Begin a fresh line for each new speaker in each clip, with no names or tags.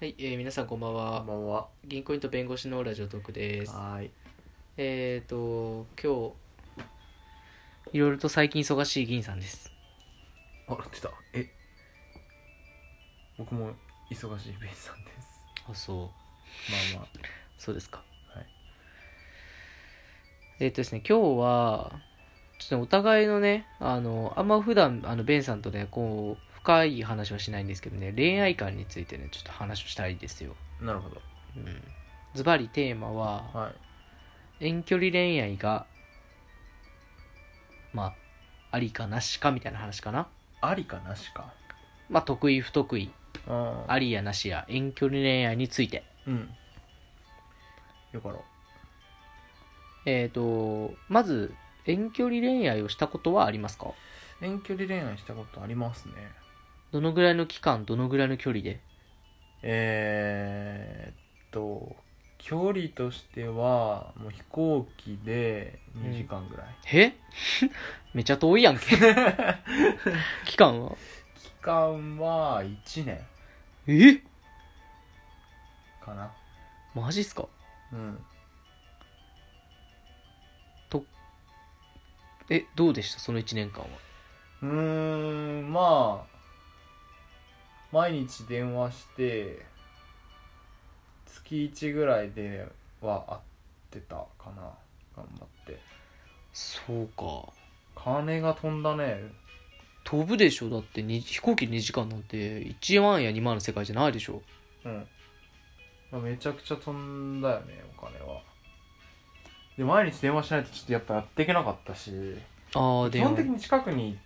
はい、えー皆さんこんばん
こん
は
ばんは。
銀行員と弁護士のラジオトークです
はーい。
えっ、と今日いろいろと最近忙しい議員さんです
あ、出た。え。僕も忙しいベイさんです。
あそう
まあ
そうですか
はい
えっ、とですね今日はちょっとお互いのねあのあんま普段あのベンさんとねこう深い話はしないんですけどね恋愛観についてねちょっと話をしたいですよ、
まあ。なるほど。
うん、ズバリテーマは
はい。
遠距離恋愛がまあありかなしかみたいな話かな
ありかなしか。
まあ得意不得意
ああ。
ありやなしや遠距離恋愛について
うん。よかろ
えっ、とまず遠距離恋愛をしたことはありますか
う。遠距離恋愛したことありますね。
どのぐらいの期間どのぐらいの距離で
えー、っと。距離としてはもう飛行機で2時間ぐらい、
え めちゃ遠いやんけ期間は
期間は1年
え
かな
マジっすか
うん
えどうでしたその1年間は
うーんまあ毎日電話して月1ぐらいでは会ってたかな頑張って
そうか
金が飛んだね
飛ぶでしょだってに飛行機2時間なんて1万や2万の世界じゃないでしょ
うん、まあ、めちゃくちゃ飛んだよねお金はで毎日電話しないとちょっとやっぱやっていけなかったし
ああ
基
電
本
話
的に近くに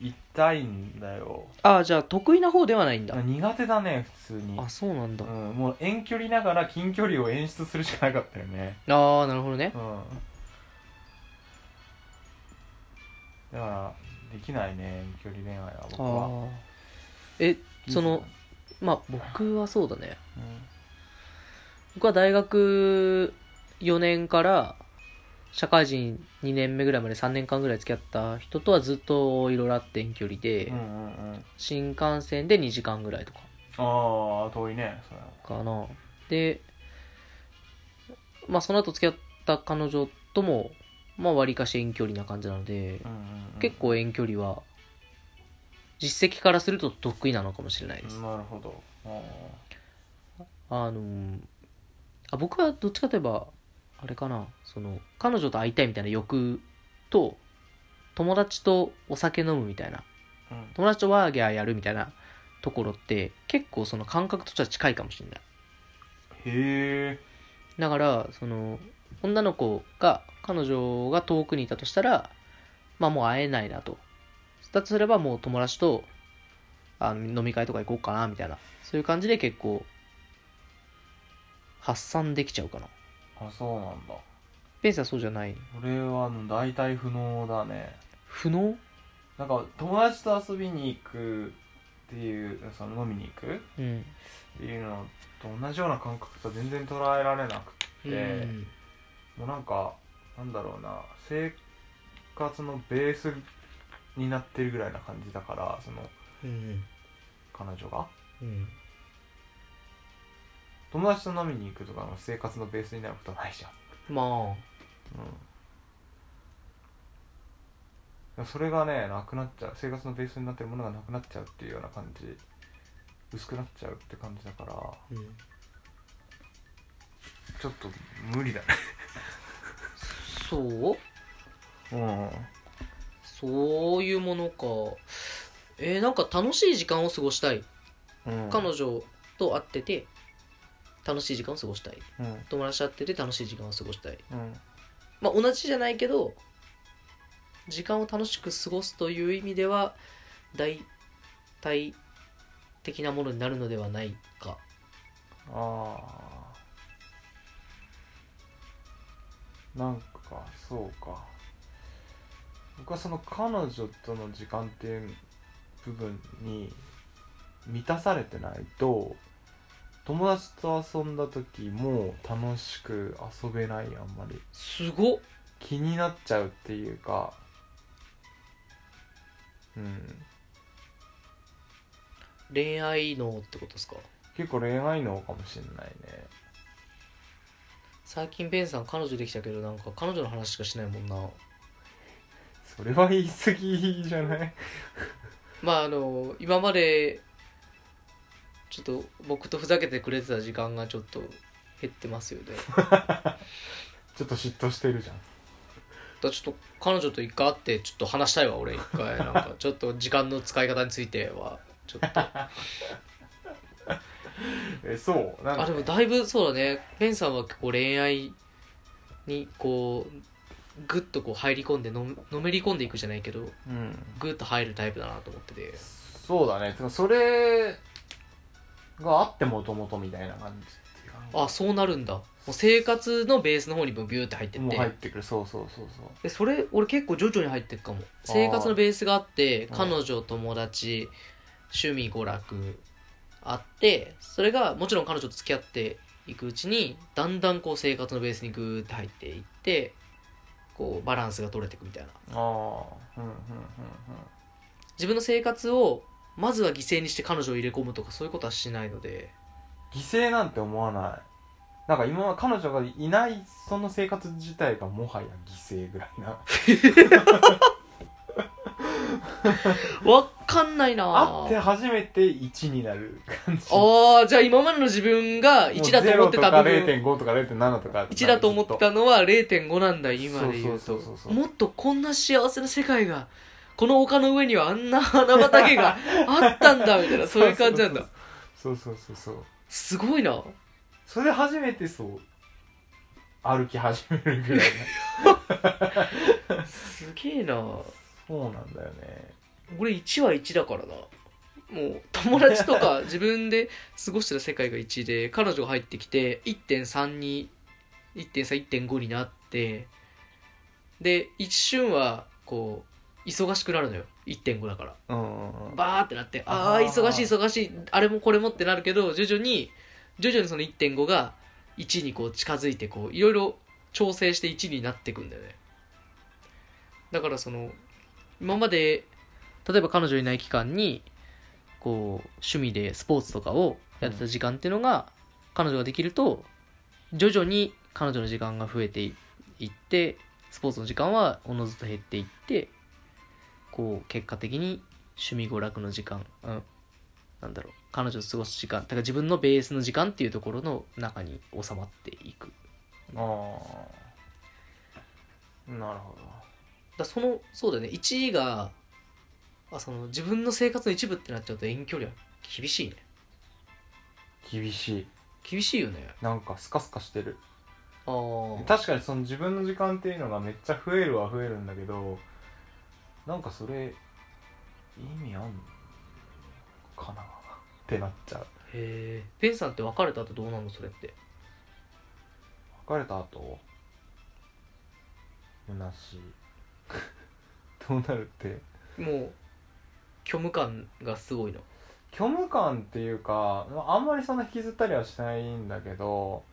いたいんだよ
ああじゃあ得意な方ではないんだ
苦手だね普通に
あそうなんだ
うん、もう遠距離ながら近距離を演出するしかなかったよね
ああなるほどね
うんだからできないね遠距離恋愛は
あ
僕
あ
は
ーえそのまあ僕はそうだね
う
僕は大学4年から社会人2年目ぐらいまで3年間ぐらい付き合った人とはずっといろいろあって遠距離で、
んうんうんうん
新幹線で2時間ぐらいとか
ああ遠いねそれは
かなでまあその後付き合った彼女ともまあ割かし遠距離な感じなので、
うんうんうん
結構遠距離は実績からすると得意なのかもしれないです、
なるほどあ
あのーあ僕はどっちかといえばあれかなその彼女と会いたいみたいな欲と友達とお酒飲むみたいな
ーうん
友達とワーギャーやるみたいなところって結構その感覚としては近いかもしれない
へえ
だからその女の子が彼女が遠くにいたとしたらまあもう会えないなとだとすればもう友達とあ飲み会とか行こうかなみたいなそういう感じで結構発散できちゃうかな
あそうなんだ
ペースはそうじゃない
俺は大体不能だね
不能
なんか友達と遊びに行くっていうその飲みに行く
うん、
っていうのと同じような感覚と全然捉えられなくてで
うん
もうなんかなんだろうな生活のベースになってるぐらいな感じだからその
うん
彼女が
うん
友達と飲みに行くとかの生活のベースになることはないじゃん、
ま
うん、だからそれがねなくなっちゃう生活のベースになってるものがなくなっちゃうっていうような感じ薄くなっちゃうって感じだから
あ、うん、
ちょっと無理だね
そう
う
そういうものかえーなんか楽しい時間を過ごしたい
ん、うん、
彼女と会ってて楽しい時間を過ごしたい
うん
友達と会ってて楽しい時間を過ごしたい
うん
まあ同じじゃないけど時間を楽しく過ごすという意味では大体的なものになるのではないか
ああなんかそうか僕はその彼女との時間っていう部分に満たされてないと友達と遊んだ時も楽しく遊べないあんまり
すごっ
気になっちゃうっていうかうん
恋愛のってことですか
結構恋愛のかもしれないね
最近ベンさん彼女できたけどなんか彼女の話しかしないもんな
それは言い過ぎじゃない
まああの今までちょっと僕とふざけてくれてた時間がちょっと減ってますよねだか
ちょっと嫉妬してるじゃん
らちょっと彼女と一回会ってちょっと話したいわ俺一回なん かちょっと時間の使い方についてはちょっと
えそうなん
あ
か
で
ね、
もだいぶそうだねベンさんは結構恋愛にこうグッとこう入り込んでののめり込んでいくじゃないけど
うん
グッと入るタイプだなと思ってて
そうだねてかそれがあってもともとみたいな感じっていうか
あそうなるんだもう生活のベースの方にもビューって入ってっ
もう
て
入ってくるそうそうそうそう
でそれ俺結構徐々に入ってくかも生活のベースがあって
うん
彼女友達趣味娯楽あってそれがもちろん彼女と付き合っていくうちにだんだんこう生活のベースにグーって入っていってこうバランスが取れていくみたいな
ああうんうんうん
自分の生活をまずは犠牲にして彼女を入れ込むとかそういうことはしないので
うん犠牲なんて思わないなんか今は彼女がいないその生活自体がもはや犠牲ぐらいな
わかんないな
あ
あ
って初めて1になる感じ
あーじゃあ今までの自分が1だと思ってた部分
もう0とか0.5とか0.7とか
1だと思ってたのは0.5なんだ今で言う
そう
と
そうそうそうそう
もっとこんな幸せな世界がこの丘の上にはあんな花畑 があったんだみたいなそういう感じなんだ
そうそうそうそう
すごいな
それで初めてそう歩き始めるぐらいな
すげえな
そうなんだよね
俺1は1だからなもう友達とか自分で過ごしてた世界が1で彼女が入ってきて1.3に1.31.5になってで一瞬はこう忙しくなるのよ1.5だから
うんうんうん
バーってなってああ
あー
忙しい忙しいあれもこれもってなるけど徐々に徐々にその1.5が1にこう近づいてこういろいろ調整して1になっていくんだよねだからその今まで例えば彼女いない期間にこう趣味でスポーツとかをやってた時間っていうのが、彼女ができると徐々に彼女の時間が増えていいってスポーツの時間はおのずと減っていってこう結果的に趣味娯楽の時間、うん、なんだろう彼女と過ごす時間だから自分のベースの時間っていうところの中に収まっていくだか
ああなるほ
らそのそうだよね1位があその自分の生活の一部ってなっちゃうと遠距離は厳しいね
ど厳しい
厳しいよね
なんかスカスカしてる
ああ
確かにその自分の時間っていうのがめっちゃ増えるは増えるんだけどなんかそれ意味あんのかなってなっちゃう
へえペンさんって別れた後どうなのそれって
別れた後虚しい どうなるって
もう虚無感がすごいの
虚無感っていうかあんまりそんな引きずったりはしないんだけど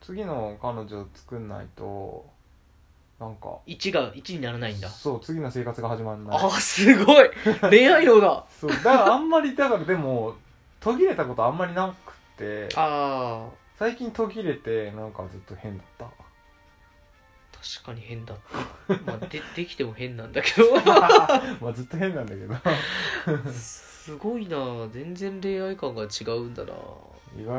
次の彼女を作んないとなんか
1が1にならないんだ
そう次の生活が始まんない
ああすご い恋愛能だ
そうだからあんまりだからでも途切れたことあんまりなくて
ああ
最近途切れてなんかずっと変 だった
確かに変だった、まあ、でできても変なんだけ ど
まあずっと変なんだけど
すごいな全然恋愛感が違うんだな
意外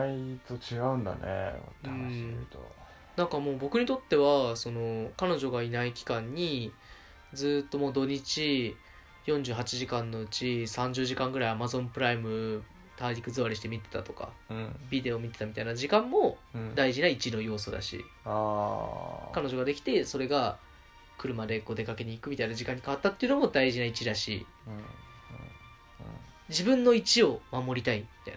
と違うんだねって話してると
なんかもう僕にとってはその彼女がいない期間にずっともう土日48時間のうち30時間ぐらい Amazon プライム大陸座りして見てたとか
うん、
ビデオ見てたみたいな時間も
うん、
大事な一の要素だし
ああ
彼女ができてそれが車でこう出かけに行くみたいな時間に変わったっていうのも大事な一だし
うんうん
自分の1を守りたいみたい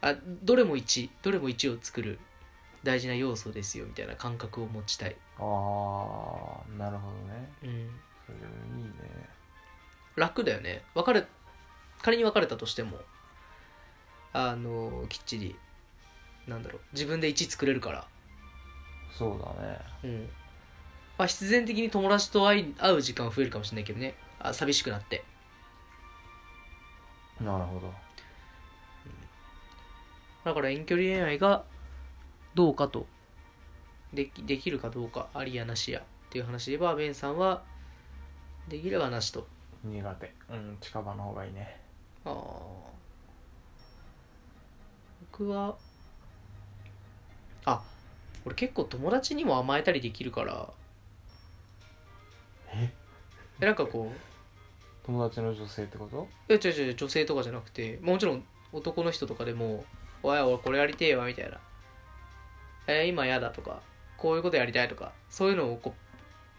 なあどれも1どれも1を作る大事な要素ですよみたいな感覚を持ちたい、
ああなるほどね
うん、
それいいね
楽だよね別れ仮に別れたとしてもあのきっちりなんだろう自分で1作れるから、
そうだね
うんまあ、必然的に友達と会い会う時間増えるかもしれないけどねあ寂しくなって
なるほど
だから遠距離恋愛がどうかとできできるかどうかありやなしやっていう話で言えばベンさんはできればなしと
苦手うん近場の方がいいね
あー僕はあ俺結構友達にも甘えたりできるから
え
えなんかこう
友達の女性ってこと
いや違う違う女性とかじゃなくてもちろん男の人とかでも「おい俺これやりてえわ」みたいな「え今やだ」とか「こういうことやりたい」とかそういうのをこ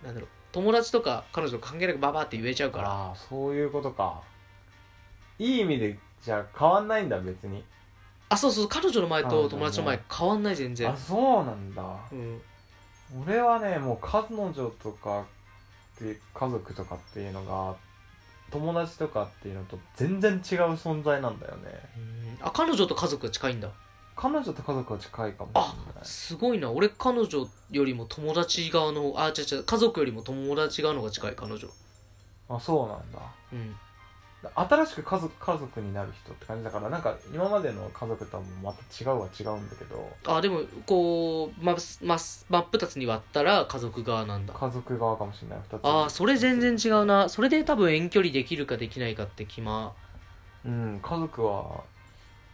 うなんだろう友達とか彼女と関係なくババって言えちゃうから
ああそういうことかいい意味でじゃあ変わんないんだ別に
あそうそう彼女の前
あ
と
ー
友達の前変わんない全然
あそうなんだ
うん
俺はねもう彼女とかって家族とかっていうのが友達とかっていうのと全然違う存在なんだよね
あ彼女と家族が近いんだ
彼女と家族は近いかもし
あ
れない
すごいな俺彼女よりも友達側のあ違う違う家族よりも友達側の方が近い彼女
あそうなんだ
うん
新しく家族家族になる人って感じだからなんか今までの家族とはまた違うは違うんだけど
あでもこうまま真っ二つに割ったら家族側なんだ
家族側かもしれない2つ
ああそれ全然違うなそれで多分遠距離できるかできないかって決ま
うん家族は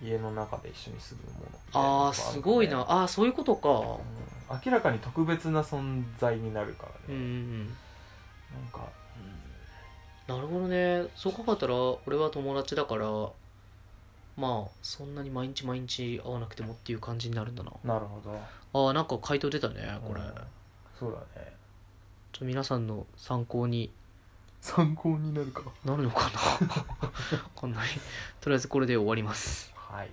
家の中で一緒に住むものみたいなの
あ
が
あ
るからね
すごいなああそういうことか
うん明らかに特別な存在になるからね、
うんうんうん
なんか、
なるほどねそう考えたら俺は友達だからまあそんなに毎日毎日会わなくてもっていう感じになるんだな
なるほど
ああなんか回答出たねこれ、
うん
ちょ
そうだね
っと皆さんの参考に
参考になるか
なるのかなわかんないとりあえずこれで終わります
はい